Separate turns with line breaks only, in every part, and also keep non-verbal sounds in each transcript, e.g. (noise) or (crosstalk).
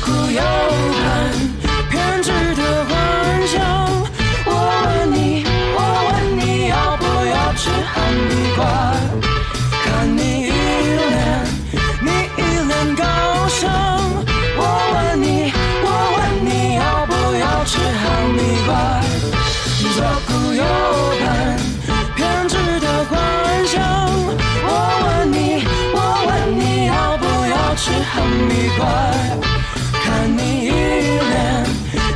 不要看偏执的幻想。我问你，我问你要不要吃哈密瓜？看你一脸，你一脸高尚。我问你，我问你要不要吃哈密瓜？左顾右盼，偏执的幻想。我问你，我问你要不要吃哈密瓜？看你一脸，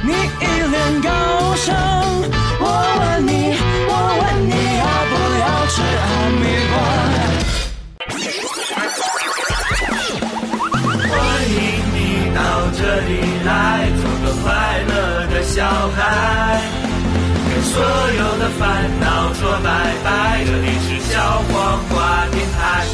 你一脸高尚。我问你，我问你要不要吃哈密瓜？
欢迎你到这里来，做个快乐的小孩，跟所有的烦恼说拜拜。这里是小黄瓜电台。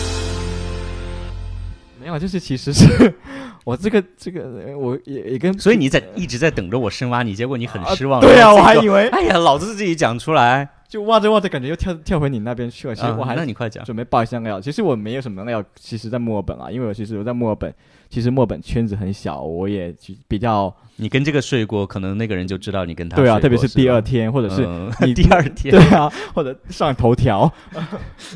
没有，就是其实是 (laughs) 我这个这个我也也跟
所以你在一直在等着我深挖你，结果你很失望。
啊对啊，
然后
我
自己
还
说
以为
(laughs) 哎呀，老子自己讲出来。
就望着望着，感觉又跳跳回你那边去了。其实
啊
我还
那你快讲。
准备报一下那药。其实我没有什么那药，其实在墨尔本啊，因为我其实我在墨尔本，其实墨尔本圈子很小，我也就比较
你跟这个睡过，可能那个人就知道你跟他
对啊，
睡
特别
过
是第二，天或者
吧
是
嗯
(laughs)
(laughs)
你
第二天
对啊，或者上头
(laughs)
条，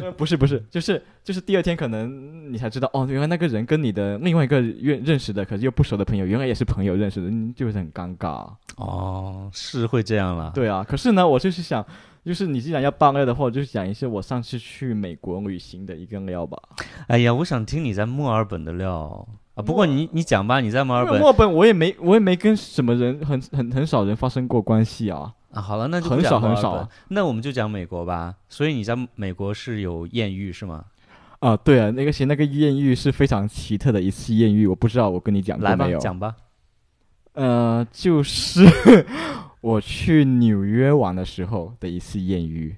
呃不是不是，就是就是第二天可能你才知道哦，原来那个人跟你的另外一个认认识的，可是又不熟的朋友，原来也是朋友认识的，嗯，就是很尴尬。
哦，是会这样了。
对啊，可是呢，我就是想，就是你既然要爆料的话，我就讲一些我上次去美国旅行的一个料吧。
哎呀，我想听你在墨尔本的料啊。不过你你讲吧，你在墨尔
因为
本
墨尔本我也没我也没跟什么人很很很少人发生过关系啊。
啊。好了，那就不
很
讲
少
墨尔
很少
本
啊
那我们就讲美国吧。所以你在美国是有艳遇是吗？
啊，对啊，那个谁，那个艳遇是非常奇特的一次艳遇，我不知道我跟你讲过
来吧
没有，？
讲吧。
呃，就是 (laughs) 我去纽约玩的时候的一次艳遇，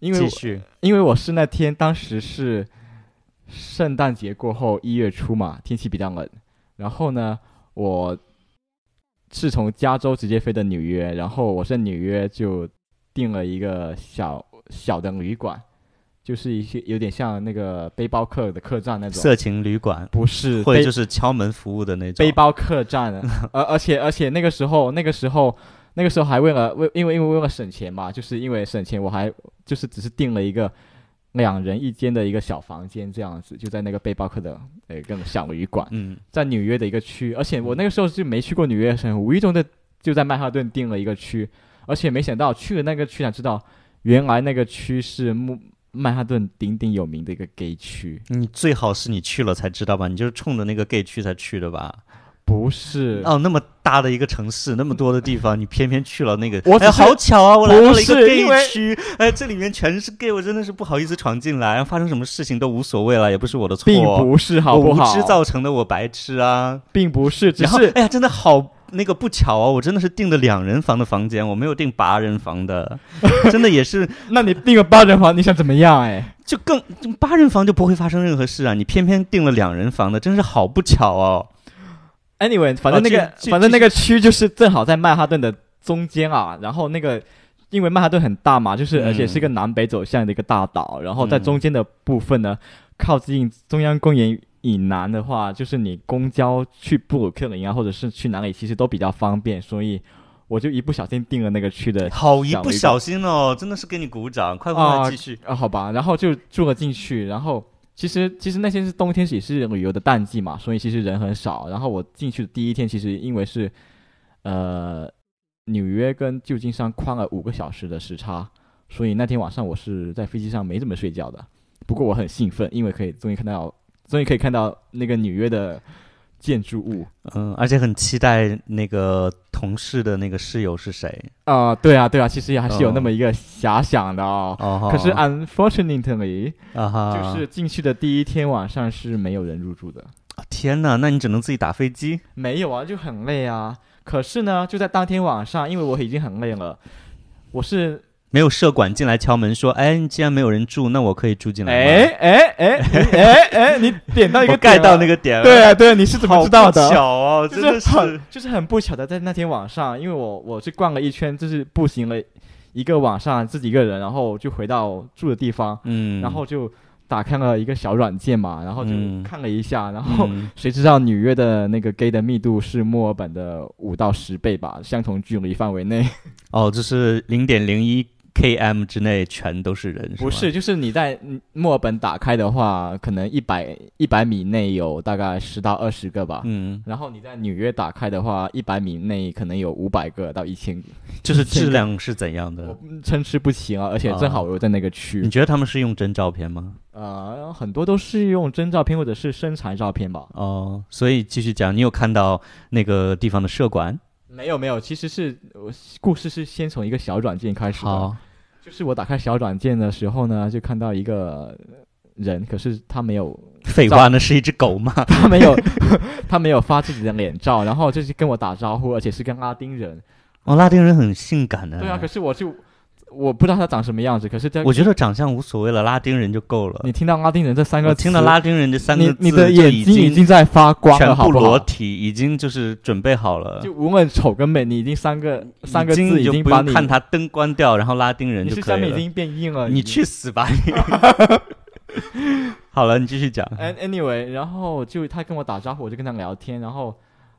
因为
继
我
续。
因为我是那天当时是圣诞节过后一月初嘛，天气比较冷，然后呢，我是从加州直接飞的纽约，然后我在纽约就订了一个小小的旅馆，就是一些有点像那个背包客的客栈那种，
色情旅馆，
不是
或者
背
就是敲门服务的那种。
背包客栈，
(laughs)
而而且而且那个时候那个时候那个时候还为了为因为因为为了省钱嘛，就是因为省钱，我还就是只是订了一个两人一间的一个小房间这样子，就在那个背包客的呃一个小旅馆，
嗯，
在纽约的一个区，而且我那个时候就没去过纽约，很无意中的就在曼哈顿订了一个区，而且没想到去了那个区才知道，原来那个区是曼曼哈顿鼎鼎有名的一个 gay 区，
你最好是你去了才知道吧？你就是冲着那个 gay 去才去的吧？
不是
哦，那么大的一个城市，那么多的地方，你偏偏去了那个，
我只
哎，
是
好巧啊！我来到了一个
不是因
gay
为
区，哎，这里面全是 gay，我真的是不好意思闯进来，发生什么事情都无所谓了，也不是我的错，
并不是好不
我无
好？
知造成的我白痴啊！
并不是，只
然后
是，
哎呀，真的好那个不巧啊，我真的是订的两人房的房间，我没有订八人房的，
(laughs)
真的也是
那你订个八人房，你想怎么样？哎，
就更就八人房就不会发生任何事啊，你偏偏订了两人房的，真是好不巧哦。
Anyway，反正那个、
哦这这
反正那个区就是正好在曼哈顿的中间啊，然后那个因为曼哈顿很大嘛，就是、
嗯
而且是一个南北走向的一个大岛，然后在中间的部分呢，靠近中央公园以南的话，就是你公交去布鲁克林啊，或者是去哪里，其实都比较方便，所以我就一不小心订了那个区的
(laughs) 好一
小
不
旅
小心哦，真的是给你鼓掌，快快
啊
快继续。
啊，好吧，然后就住了进去，然后其实其实那天是冬天，也是旅游的淡季嘛，所以其实人很少。然后我进去的第一天，其实因为是呃纽约跟旧金山宽了五个小时的时差，所以那天晚上我是在飞机上没怎么睡觉的。不过我很兴奋，因为可以终于看到，终于可以看到那个纽约的建筑物。
嗯，而且很期待那个同事的那个室友是谁。
啊、对啊，对啊，其实还是有那
哦
么一个遐想的哦。
哦，
可是 unfortunately，、
啊哈，
就是进去的第一天晚上是没有人入住的。
天哪，那你只能自己打飞机。
没有啊，就很累啊。可是呢，就在当天晚上，因为我已经很累了，我是
没有社管进来敲门说：“哎，既然没有人住，那我可以住进来吗。
哎哎哎哎哎，你点到一
我
个
盖
点了
到那个点了，
对啊对啊，你是怎么
好
知道
不
的？
巧哦，
就
真的
很
是
就是很不巧的，在那天晚上，因为我我去逛了一圈，就是步行了一个晚上，自己一个人，然后就回到住的地方，
嗯，
然后就打开了一个小软件嘛，然后就
嗯
看了一下，然后
嗯
谁知道纽约的那个 gay 的密度是墨尔本的五到十倍吧，相同距离范围内。
哦，就是零点零一 km 之内全都是人，
(laughs) 不
是
是，
吗，
就是你在嗯墨尔本打开的话，可能一百一百米内有大概十到二十个吧。
嗯，
然后你在纽约打开的话，一百米内可能有五百个到一千个，
就是质量是怎样的
我？参差不齐啊！而且正好我又在那个区
你，觉得他们是用真照片吗？
呃，很多都是用真照片或者是身材照片吧。
哦，所以继续讲，你有看到那个地方的社管？
没有没有，其实是我故事是先从一个小软件开始的，
好，
就是我打开小软件的时候呢，就看到一个人，可是他没
(laughs)
有
废话，那是一只狗吗？
他没有他没有发自己的脸照，然后就是跟我打招呼，而且是跟拉丁人。
(laughs) 哦，拉丁人很性感的。
对啊，可是我就我不知道他长什么样子，可是在
嗯我觉得长相无所谓了，拉丁人就够了
你。听到拉丁人这三
我
个词，
听到拉丁人这三个字，
你你的眼睛已经在发光
全
了，好
部
不好
裸体，已经就是准备好了。
就无论丑跟美，你已经三个三个字
已
已
经
经
不
把
用
你
看他灯关掉，然后拉丁人
你
就是可
下
以
面已
了。
经变硬了，
你
已经
去死吧
(laughs)
你！好了，你继续讲。
An anyway，然后就他跟我打招呼，我就跟他聊天，然后，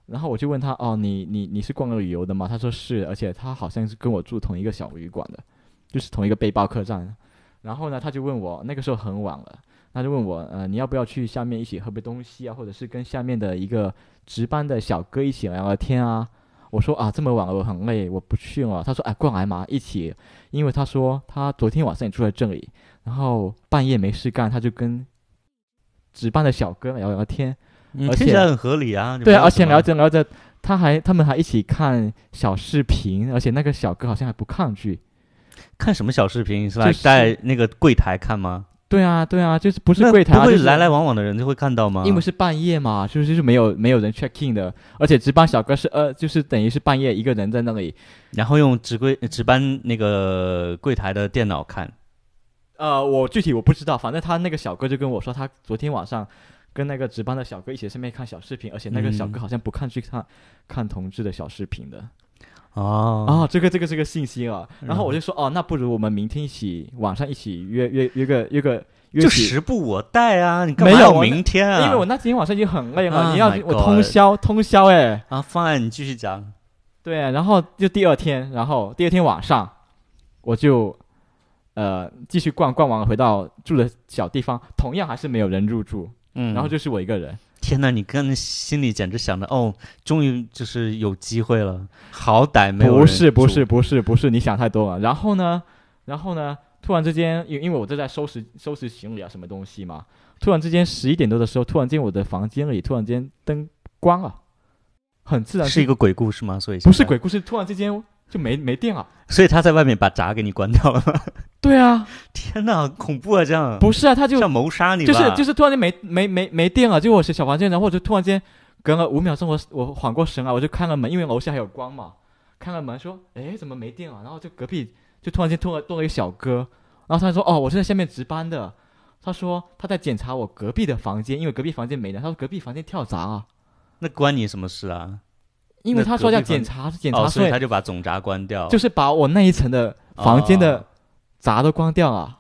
然后我就问他，哦，你你你是逛旅游的吗？他说是，而且他好像是跟我住同一个小旅馆的，就是同一个背包客栈。然后呢，他就问我，那个时候很晚了，他就问我，呃，你要不要去下面一起喝杯东西啊，或者是跟下面的一个值班的小哥一起聊聊天啊？我说啊，这么晚了，我很累，我不去了。他说，哎，过来嘛，一起，因为他说他昨天晚上也住在这里，然后半夜没事干，他就跟值班的小哥聊聊天。
嗯
而且
听起来很合理啊。
对啊，而且聊
了解。
着聊着，他还他们还一起看小视频，而且那个小哥好像还不抗拒。
看什么小视频是吧？
就是
在那个柜台看吗？
对啊，对啊，就是不是
那
柜台、啊，
不会
就是
来来往往的人就会看到吗？
因为是半夜嘛，就是就是没有没有人 check in 的，而且值班小哥是呃，就是等于是半夜一个人在那里。
然后用值柜值班那个柜台的电脑看。
呃，我具体我不知道，反正他那个小哥就跟我说，他昨天晚上跟那个值班的小哥一起在上面看小视频，而且那个小
嗯
哥好像不抗拒看、看同志的小视频的。
哦
啊、这个这个是个信息啊。
嗯
然后我就说，哦，那不如我们明天一起晚上一起约约约个约个约
就
起
时不我待啊！你干嘛
没有
要
我那
明天啊？
因为我那天晚上已经很累了，
Oh
你要
my
我
God
通宵通宵哎、
啊，fine，你继续讲。
对，然后就第二天，然后第二天晚上我就呃继续逛逛完，回到住的小地方，同样还是没有人入住，
嗯，
然后就是我一个人。
天哪，你刚才心里简直想着，哦，终于就是有机会了，好歹没有
不
人
是不
住
是，不是不是，你想太多了。然后呢，然后呢，突然之间，因因为我正在收拾收拾行李啊，什么东西嘛，突然之间十一点多的时候，突然间我的房间里突然间灯关了，很自然
是一
个
个鬼故事吗？所以
不
现
是
在，
鬼故事，突然之间就没没电了。
所以他在外面把闸给你关掉了 (laughs) 吗？
对啊，
天哪，恐怖啊！这样
不是啊，他就
像谋杀你
就
吧？
是就是突然间没没没没电了，就我小房间，然后我就突然间隔了五秒钟，我我缓过神来，我就开了门，因为楼下还有光嘛，开了门说，诶，怎么没电了？啊然后就隔壁就突然间多了多了一个小哥，然后他说，哦，我是在下面值班的，他说他在检查我隔壁的房间，因为隔壁房间没人，他说隔壁房间跳闸啊，
那关你什么事啊？
因为
那
他说
隔壁
要
房
检查检查，
哦，所
所
以
以
他就把总闸关掉。
就是把我那一层的房间
哦
的闸都关掉了。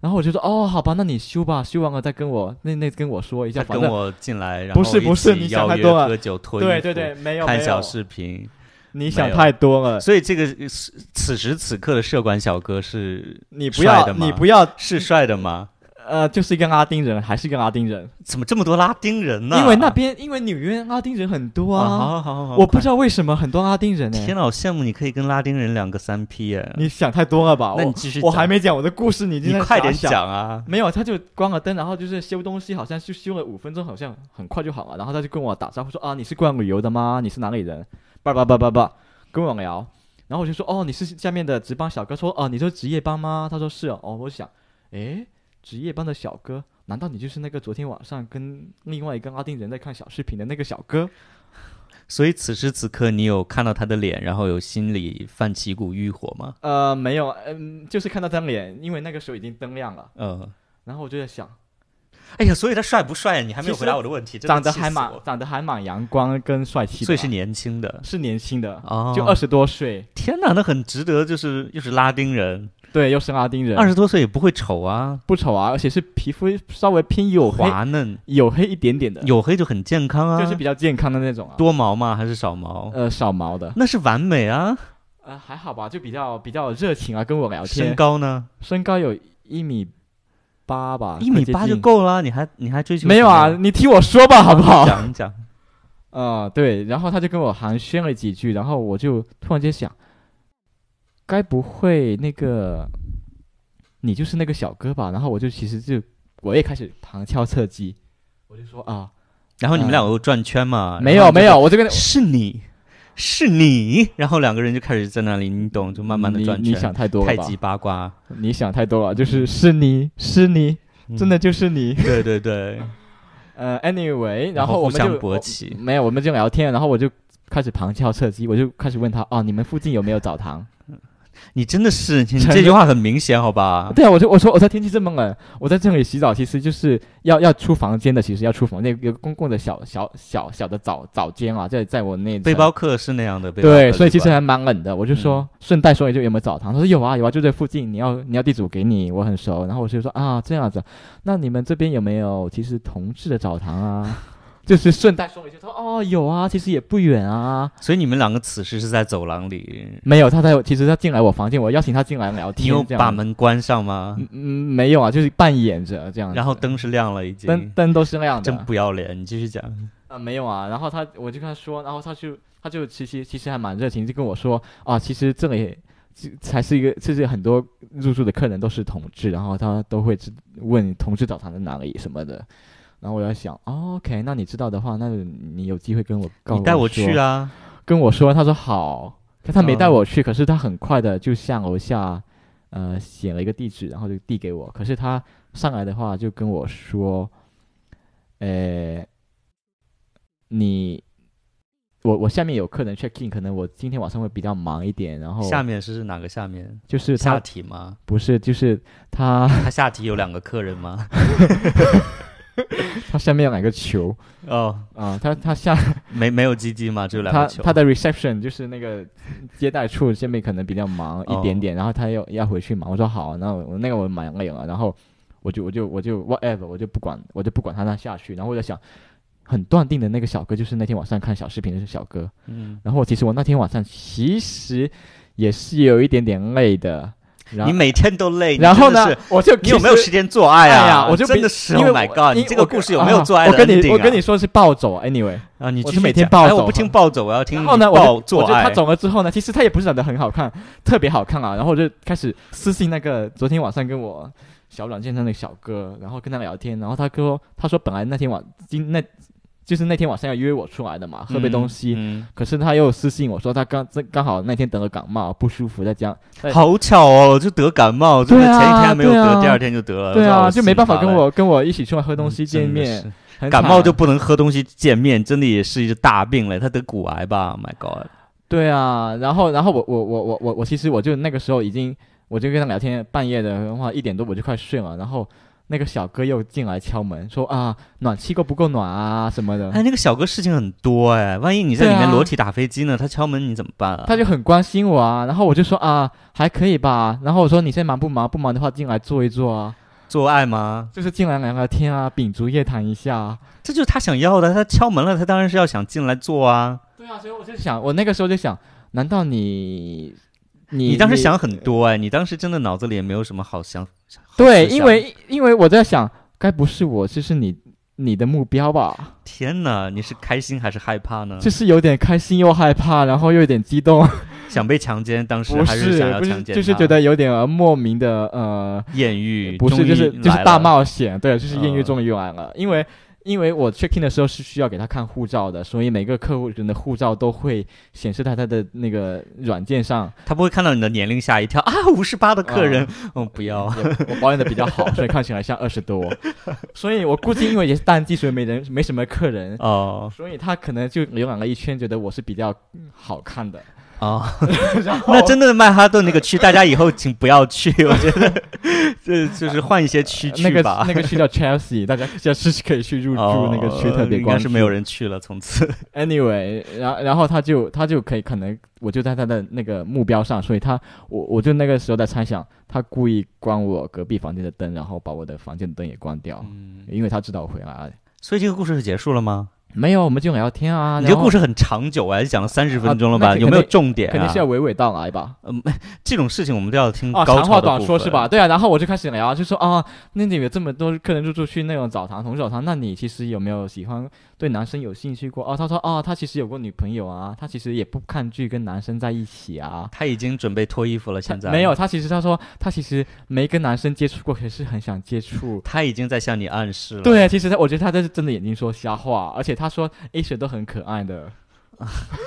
然后我就说哦，好吧，那你修吧，修完了再跟我那那跟我说一下，
他
反
跟
正
我进来，然后
不是不是你
一起
想
邀
太
约
多了啊
喝酒脱衣
对
服，
对对，没有
看
没
小
有
视频。
你
没
想
有
太多了，
所以这个此此时此刻的社管小哥是
你不要
帅的吗
你不要
是帅的吗？
呃，就是一个拉丁人，还是一个拉丁人，
怎么这么多拉丁人呢？
因为那边因为纽约拉丁人很多
哇，
啊，
好好好好，
我不知道
道。
为什么很多拉丁人呢、
天哪，我羡慕你可以跟拉丁人两个三 P 耶！
你想太多了吧？
那你
我
继续讲，
我还没讲我的故事，你已经
你
在
快点
想。
讲啊！
没有，他就关了灯，然后就是修东西，好像就修了五分钟，好像很快就好了。然后他就跟我打招呼说啊，你是过来旅游的吗？你是哪里人？叭叭叭叭叭，跟我聊。然后我就说哦，你是下面的值班小哥。说哦，你是值夜班吗？他说是哦。哦我想，诶，值夜班的小哥，难道你就是那个昨天晚上跟另外一个拉丁人在看小视频的那个小哥？
所以此时此刻，你有看到他的脸，然后有心里泛起一股欲火吗？
呃，没有，嗯，就是看到他脸，因为那个时候已经灯
(laughs)
亮了。
嗯，
然后我就在想，
哎呀，所以他帅不帅？你还没有
其实
回答我的问题，真的
长得
气
还
死
蛮啊
我
长得还蛮阳光跟帅气的吧，
所以是年轻的
是年轻的。
哦，
就二十多岁，
天哪，那很值得，就是又是拉丁人，
对，又生拉丁人，
二十多岁也不会丑啊，
不丑啊，而且是皮肤稍微偏黝黑，
滑嫩，
黝黑一点点的，
黝黑就很健康啊。
就是比较健康的那种啊，
多毛吗？还是少毛？
呃少毛的，
那是完美啊。
呃还好吧，就比较比较热情啊，跟我聊天，
身高呢？
身高有一米八吧，
一米八
啊快接
就
近。
够了，啊你还你还追求
没有啊，
什么？
你听我说吧，好不好？
讲
(laughs)
一讲，
啊、对，然后他就跟我寒暄了几句，然后我就突然间想，该不会那个你就是那个小哥吧？然后我就其实就我也开始旁敲侧击，我就说啊，
然后你们两个又转圈嘛？
没
啊然后
有
你就
没有，，我就跟
是你，是你，然后两个人就开始在那里，你懂， (laughs) 就慢慢的
你
转
你
圈，
想太多了
太
吧
极？八卦，
你想太多了，就是是你是你，
嗯
真的，就是你。
(laughs) 对对对，
呃，anyway，然
后
后我
互
们就
相
我
勃起，
没有，我们就聊天，然后我就开始旁敲侧击，我就开始问他哦，你们附近有没有澡堂？
你真的是，你
承认
这句话很明显，好吧？
对啊，我就我说我在天气这么冷，我在这里洗澡，其实就是要要出房间的，其实要出房间，有个公共的小小小小的澡澡间啊，在在我那
背包客是那样的，背包
对，
客
所以其
对
实
吧嗯
还蛮冷的。我就说、顺带说一句有没有澡堂，他说有啊有啊，就在附近，你要你要地址我给你，我很熟。然后我就说啊这样子，那你们这边有没有其实同志的澡堂啊？ (laughs) 就是顺带说了一句，他说哦有啊，其实也不远啊。
所以你们两个此时是在走廊里，
没有，他在其实他进来我房间，我邀请他进来聊
你
天，
有
这样
把
子
门关上吗？
嗯嗯没有啊，就是扮演着这样子。
然后灯是亮了，已
灯
经，
灯都是那样的
真
啊、
不要脸，你继续讲，
没有啊。然后他我就跟他说，然后他就他就其实其实还蛮热情，就跟我说啊，其实这里这才是一个，就是很多入住的客人都是同志，然后他都会知问同志澡堂在哪里什么的。然后我在想、哦、，OK，那你知道的话，那你有机会跟我告
你带
我
我
说
去，啊，
跟我说。他说好，可他没带
嗯
我去，可是他很快的就向楼下呃写了一个地址，然后就递给我。可是他上来的话就跟我说，呃，你我我下面有客人 check in，可能我今天晚上会比较忙一点，然后
下面是哪个下面？
就是
下
他
体吗？
不是就是他 (laughs)
他下体有两个客人吗？ (laughs)
他下面有两个球
哦，
啊、他他下
没没有鸡鸡吗？只有两
他
个球。
他的 reception 就是那个接待处下面可能比较忙一
哦
点点，然后他又要回去忙，我说好，那我那个我蛮累了，然后我就我就我就 whatever，我就不管我就不管他那下去，然后我在想，很断定的那个小哥就是那天晚上看小视频的小哥，
嗯，
然后其实我那天晚上其实也是有一点点累的，然
你
后
每天都累，你
然后
真的
呢
是？，
我就
你有没有
其实
时间做爱
哎
啊？
呀我就比
真的是
因
，Oh
为
my
我
god！
因
你这个
我
故事有没有做爱
我
的
跟你
ending 啊
我跟你说是暴走，anyway。
啊，你
我
继
是
续
每天
讲
暴
哎，我
走
不听
啊
暴走，我要听
然
你
后呢，我就
暴
我
做
就他
爱。嗯
走了之后呢，其实他也不是长得很好看，特别好看啊。然后我就开始私信那个昨天晚上跟我小软件上的小哥，然后跟他聊天，然后他说他说本来那天晚今那就是那天晚上要约我出来的嘛，喝杯东西。
嗯，
可是他又私信我说他刚这刚好那天得了感冒不舒服，在家
嗯好巧哦，就得感冒，真的
对啊
前一天没有
对啊
得，第二天就得呃了。
对
让
啊
我
就没办法跟
心里发
我跟我一起出来喝
累
东西见。
嗯真
面，
的
很
是感
惨啊
冒就不能喝东西见面，真的也是一个大病嘞。他得骨癌吧？My，Oh God！
对啊，然后然后我我我我我我其实我就那个时候已经，我就跟他聊天，半夜的话一点多我就快睡了，然后那个小哥又进来敲门说啊，暖气够不够暖啊什么的，
哎，那个小哥事情很多哎，万一你在里
对
面
啊
裸体打飞机呢？他敲门你怎么办啊？
他就很关心我啊，然后我就说啊还可以吧，然后我说你现在忙不忙？不忙的话进来坐一坐啊，
做爱吗？
就是进来聊聊天啊，秉烛夜谈一下啊。
这就是他想要的，他敲门了，他当然是要想进来做啊。
对啊，所以我就想，我那个时候就想，难道你你
你当时想很多哎，你当时真的脑子里也没有什么好想。好
对，
思想
因为因为我在想，该不是我就是你你的目标吧？
天哪，你是开心还是害怕呢？
就是有点开心又害怕，然后又有点激
(laughs)
动，
想被强奸，当时
不
还
是
想要
不
强
是，
奸他，
就是觉得有点呃莫名的呃，
艳遇，
不是
终于
就是就
来
是大
了。
冒险，对，就是艳遇
嗯
终于来了，因为。因为我 check in 的时候是需要给他看护照的，所以每个客户人的护照都会显示在他的那个软件上。
他不会看到你的年龄吓一跳啊，五十八的客人，
嗯
哦不要，
也我保养的比较好，所以看起来像二十
(laughs)
多。所以我估计因为也是淡季，所以没人没什么客人，
哦， (laughs)
所以他可能就浏览了一圈，觉得我是比较好看的。
啊、那真的曼哈顿那个区，大家以后请不
(laughs)
要去，我觉得 (laughs) 这就是换一些区
那
去
个
吧。
那个区叫 Chelsea，大家下次是可以去入住那个区，
哦
特别
应该
关
是
注。
没有人去了，从此
(laughs) Anyway，然后然后他就他就可以可能我就在他的那个目标上，所以他我我就那个时候在猜想，他故意关我隔壁房间的灯，然后把我的房间的灯也关掉，
嗯
因为他知道我回来了。
所以这个故事是结束了吗？
没有，我们就聊天啊。
你
然
这个
后
故事很长久啊，讲了三十分钟了吧？
啊那肯
有没有重点、啊？
肯定是要娓娓道来吧。
这种事情，我们都要听
啊，
嗯高潮的
长
部分、
话短说是吧？对啊，然后我就开始聊，就说啊，那里有这么多客人入住去那种澡堂、同志澡堂，那你其实有没有喜欢对男生有兴趣过？哦，他说哦，他其实有过女朋友啊，他其实也不抗拒跟男生在一起啊。
他已经准备脱衣服了，
他
现在
没有，，他其实他说他其实没跟男生接触过，可是很想接
(laughs)
触。
他已经在向你暗示了。，
对，其实他我觉得他这是睁着眼睛说瞎话，而且他说 A 雪都很可爱的。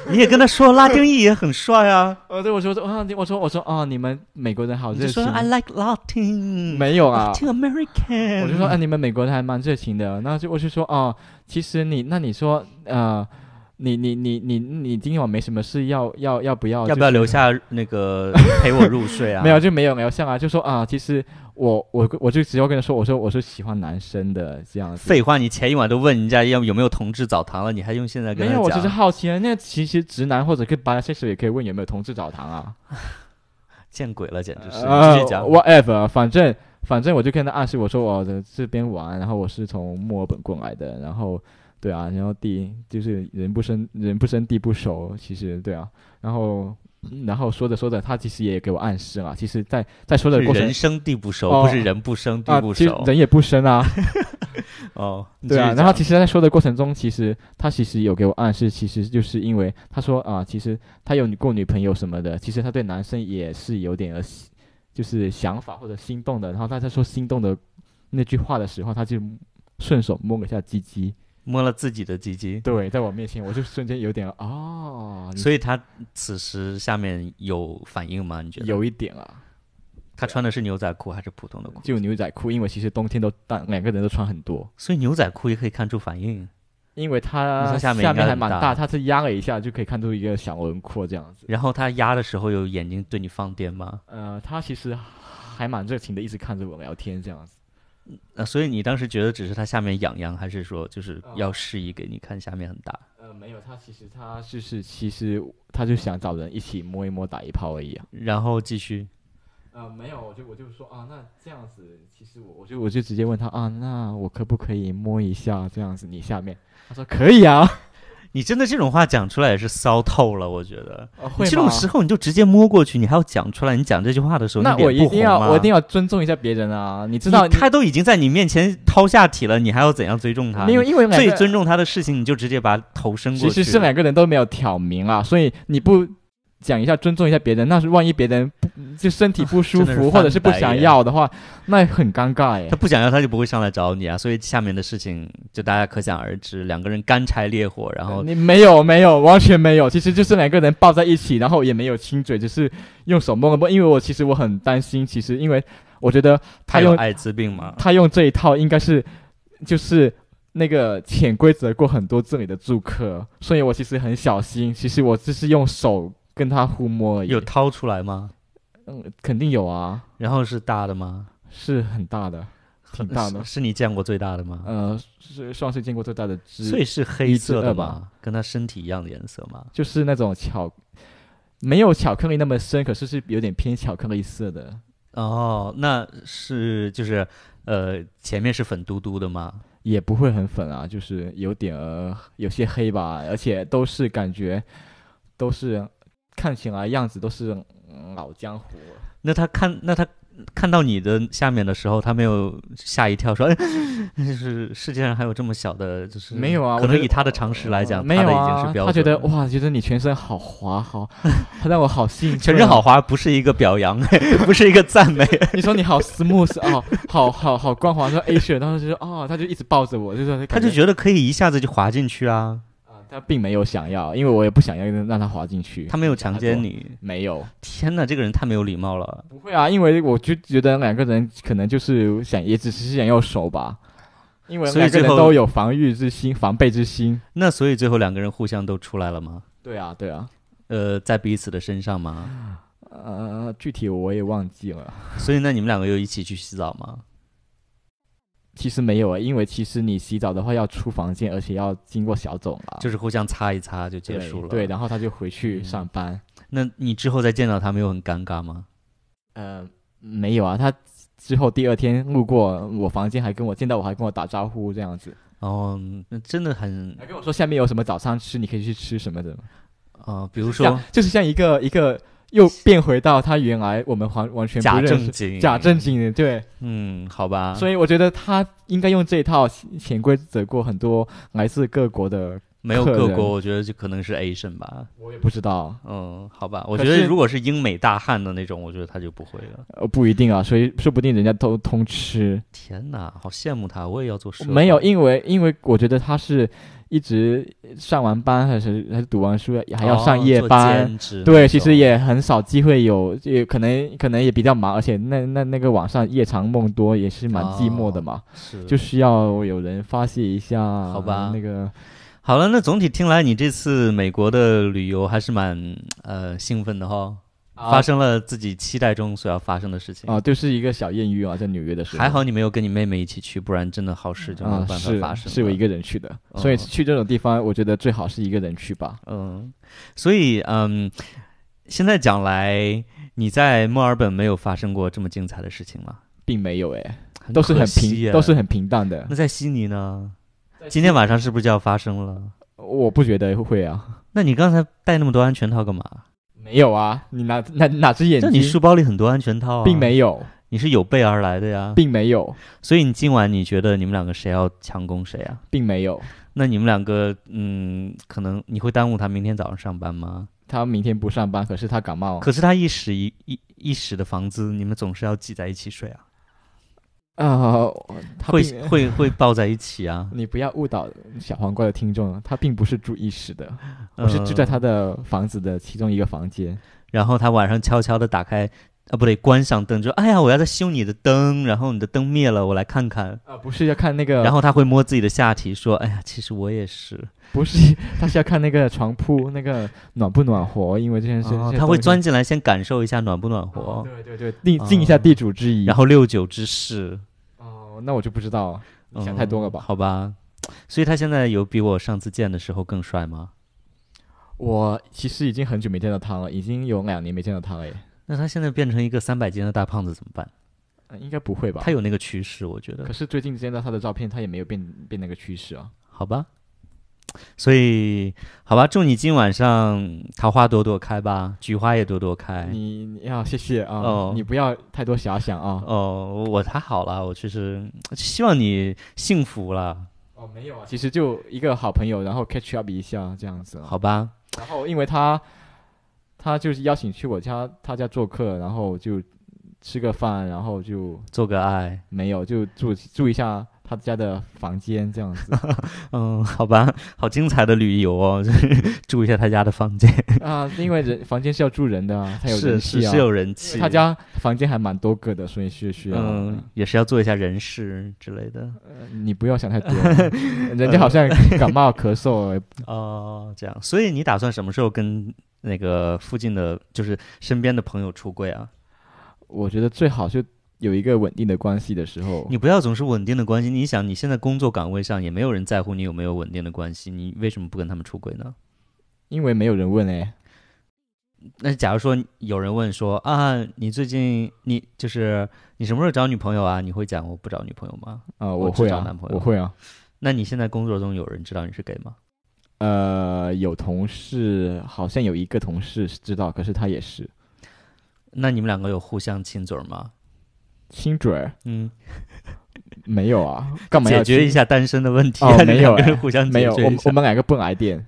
你也跟
(laughs)
他说拉丁裔也很帅啊，
呃，对我说啊，你我说我说啊，你们美国人好
你就
热
说
情。
I like Latin，
没有啊，
Latin American，
我就说，哎、你们美国人还蛮热情的。然后就我就说，哦，其实你，那你说，呃，你你你你你今晚没什么事要，要要不要、
要不要留？下那个 (laughs) 陪我入睡啊？
没有，就没有聊下来，就说啊、其实我我我就只要跟他说，我说我是喜欢男生的这样子。
废话，你前一晚都问人家要有没有同志澡堂了，你还用现在跟
没
他
有，我只是
讲？
好奇啊。那其实直男或者跟 bisexual 也可以问有没有同志澡堂啊。
见鬼了，简直是！
呃
你继续讲。
，whatever，反正反正我就跟他暗示我说我的这边玩，然后我是从墨尔本过来的，然后对啊，然后地就是人不生人不生地不熟，其实对啊，然后嗯然后说着说着，他其实也给我暗示了，其实在在说的
是
过程
人生地不熟，
哦
不是人不生地
啊，
不
其实
熟。
人也不深啊，
哦，你
对
继
啊，
续
然后
讲
其实，在说的过程中，其实他其实有给我暗示，其实就是因为他说啊，其实他有过女朋友什么的，其实他对男生也是有点呃喜就是想法或者心动的。然后他在说心动的那句话的时候，他就顺手摸了一下鸡鸡。
摸了自己的鸡鸡，
对，在我面前，我就瞬间有点哦，你
所以他此时下面有反应吗？你觉得？
有一点啊，
他穿的是牛仔裤还是普通的裤？
就牛仔裤，因为其实冬天都但两个人都穿很多，
所以牛仔裤也可以看出反应。
因为
你
他
说下面应该
还
很
蛮
大
大，他是压了一下就可以看出一个小轮廓这样子。
然后他压的时候有眼睛对你放电吗？
呃，他其实还蛮热情的，一直看着我聊天这样子。
呃，所以你当时觉得只是他下面痒痒，还是说就是
嗯
要示意给你看下面很大？
呃，没有，他其实他就是其实他就想找人一起摸一摸、打一炮而已啊。
然后继续，
呃，没有，我就我就说啊，那这样子，其实我我就我就直接问他啊，那我可不可以摸一下这样子你下面？他说可以啊，
你真的这种话讲出来也是骚透了，我觉得。
啊会
你
吗
这种时候你就直接摸过去，你还要讲出来？你讲这句话的时候，
那
你
我
脸
一
不
定
红
要
吗
我一定要尊重一下别人啊，你知
你
道
他都已经在你面前掏下体了，你还要怎样尊重他？
你因为
你
因为两
最
个
尊重他的事情，你就直接把头伸
其
过去。
实是两个人都没有挑明啊，所以你不讲一下尊重一下别人，那是万一别人不就身体不舒
啊真的是
服、
翻
或者是不想要的话，那很尴尬哎
(laughs) 他。不想要，他就不会上来找你啊。所以下面的事情就大家可想而知，两个人干柴烈火，然后
你没有没有完全没有，其实就是两个人抱在一起，然后也没有亲嘴，只是用手摸了摸。因为我其实我很担心，其实因为我觉得他
他有
用
艾滋病嘛，
他用这一套应该是就是那个潜规则过很多这里的住客，所以我其实很小心。其实我只是用手跟他互摸而已，
有掏出来吗？
嗯，肯定有啊。
然后是大的吗？
是很大的，挺大的
是，是你见过最大的吗？
呃，是算是见过最大的只，
所以是黑色
呃
的
一至呃二
吗？跟他身体一样的颜色吗？
就是那种巧，没有巧克力那么深，可是是有点偏巧克力色的，
哦，那是就是呃，前面是粉嘟嘟的吗？
也不会很粉啊，就是有点呃有些黑吧，而且都是感觉都是看起来样子都是、嗯老江湖了。
那他看那他看到你的下面的时候，他没有吓一跳说， (laughs) 哎，就是世界上还有这么小的，就是
没有啊
嗯可
我
能
觉得
以他的常识来讲，
没
他
有
的已经
啊
是，标准了。
他觉得哇，觉得你全身好滑，好， (laughs) 他让我好兴奋、啊
全身好，滑不是一个表扬， (laughs) 不是一个赞
(laughs)
美，
你说你好 smooth 哦，好好好光滑，说 A 血，当时就说哦，他就一直抱着我，就是
他就
觉。
觉得可以一下子就滑进去啊，
啊，他并没有想要，因为我也不想要让他滑进去。
他没有强奸你。
没有，
天哪，这个人太没有礼貌了。
不会啊，因为我就觉得两个人可能就是想，也只是想要手吧，因为
所
两
以
个
最
人
后
都有防御之心、防备之心。
那所以最后两个人互相都出来了吗？
对啊，对啊，
呃在彼此的身上吗？
呃，具体我也忘记了。
所以那你们两个又一起去洗澡吗？
其实没有啊，因为其实你洗澡的话要出房间，而且要经过小总了，
就是互相擦一擦就结
对
束了。
啊对，然后他就回去
嗯
上班。
那你之后再见到他们又很尴尬吗？
呃，没有啊，他之后第二天路过我房间，还跟我见到我还跟我打招呼这样子，
哦，那真的很
还跟我说下面有什么早餐吃，你可以去吃什么的。
呃，比如
像
说
就是像一个一个又变回到他原来我们完完全不
假
认
正
识。
经，
假正，经的，对，
嗯，好吧。
所以我觉得他应该用这一套潜规则过很多来自各国的，
没有
客
各
人
国，我觉得就可能是 Asian 吧。
我也不知道，
嗯，好吧，我
可
觉得
是
如果是英美大汉的那种，我觉得他就不会了。
呃，不一定啊，所以说不定人家都通吃，
天哪，好羡慕他，我也要做蛇。
没有，，因为因为我觉得他是一直上完班还是还是读完书还要上夜
哦、做
班，
兼职那
对，其实
种
也很少机会有，也可能可能也比较忙，而且那那那个晚上夜长梦多也是蛮寂寞的嘛，
是
就需要有人发泄一下，好
吧
那个
好了。那总体听来，你这次美国的旅游还是蛮呃兴奋的哈、发生了自己期待中所要发生的事情。
啊、就是一个小艳遇啊，在纽约的时候，
还好你没有跟你妹妹一起去，不然真的好事就没有
啊、
办法
是
发生、
是我一，个人去的，所
嗯
以去这种地方，我觉得最好是一个人去吧。
嗯，所以嗯，现在讲来，你在墨尔本没有发生过这么精彩的事情吗？
并没有哎，
很
都是
可
很
惜啊耶
平，都是。很平淡的
那。在悉尼呢？今天晚上是不是就要发生了？
我不觉得会啊，
那你刚才戴那么多安全套干嘛？
没有啊，你哪哪哪只眼
那
睛？
你书包里很多安全套啊？
并，没有，
你是有备而来的呀。
并没有，
所以你今晚你觉得你们两个谁要强攻谁啊？
并没有。
那你们两个，嗯，可能你会耽误他明天早上上班吗？
他明天不上班，可是他感冒。
可是他一室一一一室的房子，你们总是要挤在一起睡啊，
啊，他
会
并
会会抱在一起啊。
你不要误导小黄瓜的听众，啊他并不是住一室的，(laughs)
呃
我是住在他的房子的其中一个房间。
然后他晚上悄悄的打开啊，不对，关上灯，就哎呀，我要在修你的灯，然后你的灯灭了，我来看看。
啊，不是要看那个，
呃然后他会摸自己的下体，说：“哎呀，其实我也是。
不是，他是要看那个床铺那个暖不暖和，因为这件”事、
哦
这，些
他会
东西
钻进来先感受一下暖不暖和。
啊对对对，尽尽一下地主之谊。
然后六九之事，
哦，那我就不知道，你想
嗯
太多了吧？
好吧，所以他现在有比我上次见的时候更帅吗？哦
我其实已经很久没见到他了，已经有两年没见到他了耶。
那他现在变成一个三百斤的大胖子怎么办？
呃应该不会吧？
他有那个趋势，我觉得
可，是最近见到他的照片，他也没有变变那个趋势啊。
好吧。所以，好吧，祝你今晚上桃花朵朵开吧，菊花也朵朵开。
你你要谢谢啊，
哎哦
你不要太多遐想啊。
哦，我还好啦，我确实希望你幸福啦，
哦，没有啊，其实就一个好朋友，然后 catch up 一下这样子啊。
好吧？
然后因为他他就是邀请去我家他家做客，然后就吃个饭，然后就
做个爱，
没有就住住一下他家的房间这样子。
(laughs) 嗯，好吧，好精彩的旅游哦，就是 (laughs) 住一下他家的房间，
啊，因为人房间是要住人的啊，才有
是
人
是
气啊。
是有人气，
他家房间还蛮多个的，所以是需要。哎
嗯，也是要做一下人事之类的。
呃你不要想太
(laughs)
多，人家好像感冒咳嗽，
哦，这样，所以你打算什么时候跟那个附近的，就是身边的朋友出柜啊？
我觉得最好是有一个稳定的关系的时候
你。不要总是稳定的关系。你想，你现在工作岗位上也没有人在乎你有没有稳定的关系，你为什么不跟他们出轨呢？
因为没有人问哎，
那假如说有人问说啊，你最近你就是你什么时候找女朋友啊？你会讲我不找女朋友吗？
啊，
我
我
只
会
找
啊
男，朋友
我会啊，
那你现在工作中有人知道你是 gay 吗？
呃，有同事好像有一个同事是知道，可是他也是
那你们两个有互相亲嘴儿吗？
亲嘴儿，
嗯，
没有
(laughs)
啊，干嘛要
解决
亲
一？下单身的问题，
哦
(laughs) 还是
没有
两个人
哎
互相
没
解
有，
决
我
一
们
下
我们两个不来电，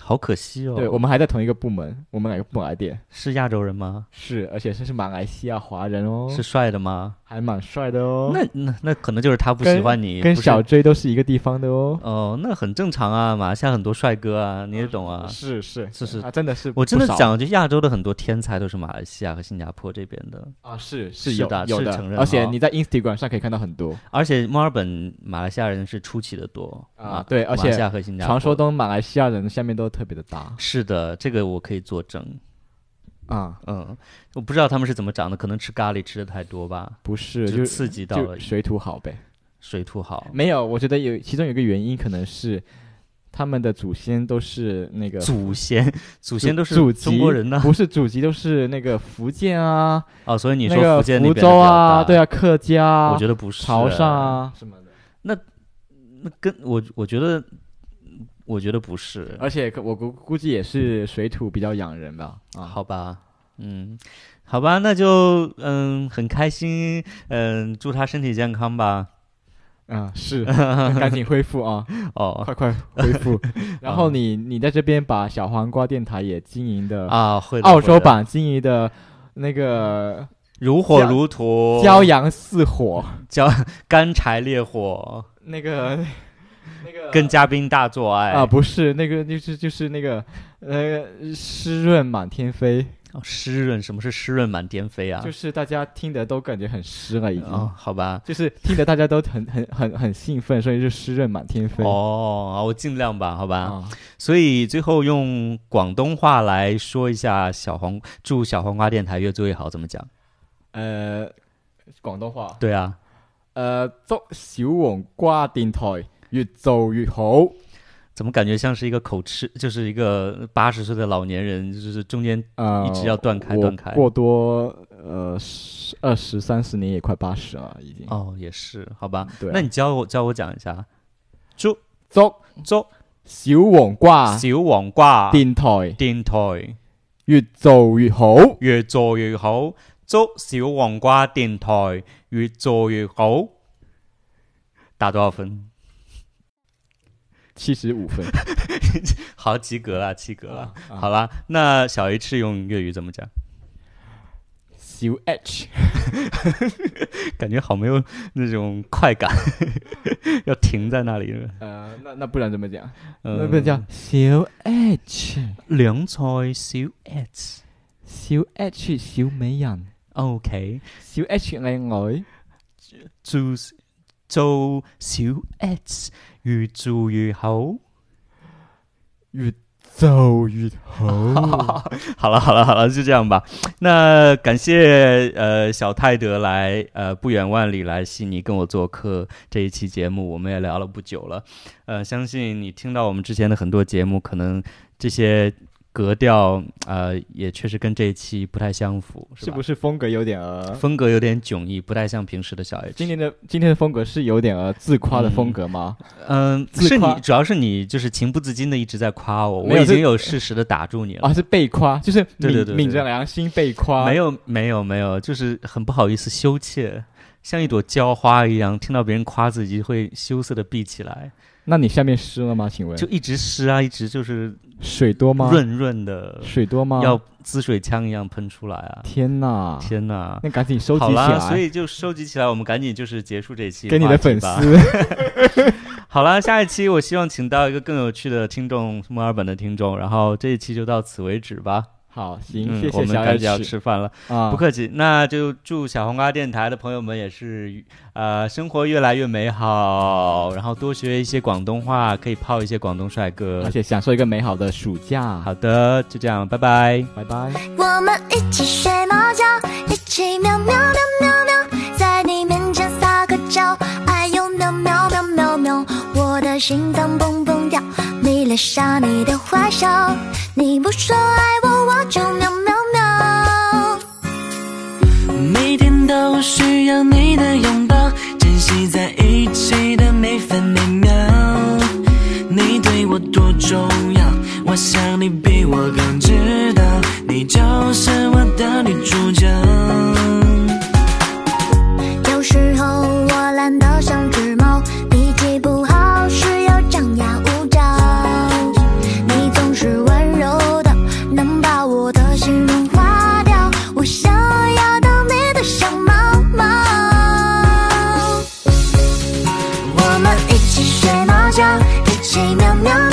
好可惜哦。
对我们还在同一个部门，我们两个不来电。
是亚洲人吗？
是，而且这是马来西亚华人哦，
是帅的吗？
还蛮帅的哦。
那那那可能就是他不喜欢你，
跟
不是
小 J 都是一个地方的哦。
哦，那很正常啊，马来西亚很多帅哥啊，你也懂啊。
是哦是
是是
啊，真的是
我真的
不少
讲，就亚洲的很多天才都是马来西亚和新加坡这边的，
啊，是
是
有
的
有
是
的
承认
而且
哈
你在 Instagram 上可以看到很多
而且墨尔本马来西亚人是出奇的多
啊对而且
马来西亚和新加坡
传说中马来西亚人下面都都特别的大
是的，这个我可以作证。
啊，
嗯，我不知道他们是怎么长的，可能吃咖喱吃的太多吧，
不是
就
就
刺激到了
就水土好呗。
水土好。
没有，我觉得有其中有一个原因可能是他们的祖先都是那个 (laughs)
祖先，祖先都是
祖
中国人呢、
不是祖籍都是那个福建啊，
哦，所以 (laughs) 你
那
说
个
福建那边
州啊，对
啊，
啊，客家啊，
我觉得不是
潮汕，啊什么的。
那跟我我觉得，我觉得不是，
而且可我估估计也是水土比较养人吧。啊，
好吧，嗯，好吧，那就嗯很开心，嗯，祝他身体健康吧。
嗯，
(laughs)
是，赶紧恢复啊，
哦
快快恢复。 (laughs) 然后你你在这边把小黄瓜电台也经营的，
啊，会的
澳洲
会的
版经营的那个
如火
骄
如荼，
骄阳似火，
干柴烈火，
那
(laughs)
个那个
跟嘉宾大做爱
啊，不是那个，就是就是那个呃，湿润满天飞，
哦湿润，什么是湿润满天飞啊？
就是大家听得都感觉很湿了，已经，
哦，好吧，
就是听得大家都很 (laughs) 很很很兴奋，所以就湿润满天飞。
哦，啊我尽量吧，好吧。
啊，
所以最后用广东话来说一下小黄，祝小黄瓜电台越做越好，怎么讲？
呃，广东话，
对啊，
呃，祝小黄瓜电台越做越好。
怎么感觉像是一个口吃，就是一个八十岁的老年人，就是中间
呃，
一直要断开
我
断开
过多呃十二十三十年也快八十了，已经。
哦，也是，好吧。
对啊
那你教我教我讲一下，
祝
祝
小黄瓜
小黄瓜
电台
电台
越做越好。
越做越好，祝小黄瓜电台越做越好。打多少分？
七十五分，
好，及格了，及格了。
啊
好啦，那小 H 用粤语怎么讲？ (laughs)
小 H。
感觉好没有那种快感， (laughs) 要停在那里了。
呃，那那不然怎么讲？
嗯、
那不然叫小 H，
凉嗯菜小 H。
小 H 小美人，
OK，
小 H 靚女，
做做小 H 越做越好。
越做越好。
好了好了好了，就这样吧。那感谢呃小泰德来呃不远万里来悉尼跟我做客这一期节目，我们也聊了不久了。呃，相信你听到我们之前的很多节目，可能这些格调呃也确实跟这一期不太相符，
(laughs) 是
吧
不是风格有点呃？
风格有点迥异，不太像平时的小 H。
今天的今天的风格是有点呃自夸的风格吗？
嗯，
自
是
夸
你，主要是你就是情不自禁的一直在夸我，
没
我
有
已经
这
有适时的打住你了。
啊，是被夸，就是
对对对
抿
对
抿着良心被夸。
没有没有没有，就是很不好意思，羞怯，像一朵娇花一样，听到别人夸自己会羞涩的闭起来，
那你下面湿了吗？请问
就一直湿啊，一直就是
水多吗？
润润的，
水多吗？
要滋水枪一样喷出来啊！
天哪！
天哪！
那赶紧收集
好
起
啦，
来，
所以就收集起来，我们赶紧就是结束这一期
给你的
话题
粉
吧。
丝
好啦，下一期我希望请到一个更有趣的听众，墨尔本的听众。然后这一期就到此为止吧。
(laughs) 好，
嗯
行，谢
我
谢
们
小
赶紧要
H
吃饭了。
啊
不，客气，那就祝小黄瓜电台的朋友们也是，呃，生活越来越美好，然后多学一些广东话，可以泡一些广东帅哥
而。且享受一个美好的暑假。
好的，就这样，拜拜。
拜拜。
我们一起睡猫觉，一起喵喵喵喵喵，在你面前撒个娇，哎呦喵喵喵喵喵，我的心脏蹦蹦跳，迷恋上你的坏笑，你不说爱我，我就喵喵喵。
每天都需要你的拥抱，珍惜在一起的每分每秒。你对我多重要，我想你比我更知道，你就是我的女主角。
有时候我懒得像只猫，脾气不好时又张牙舞爪。你总是温柔的，能把我的心融化掉。我想要当你的小猫猫。我们一起睡猫觉，一起喵喵喵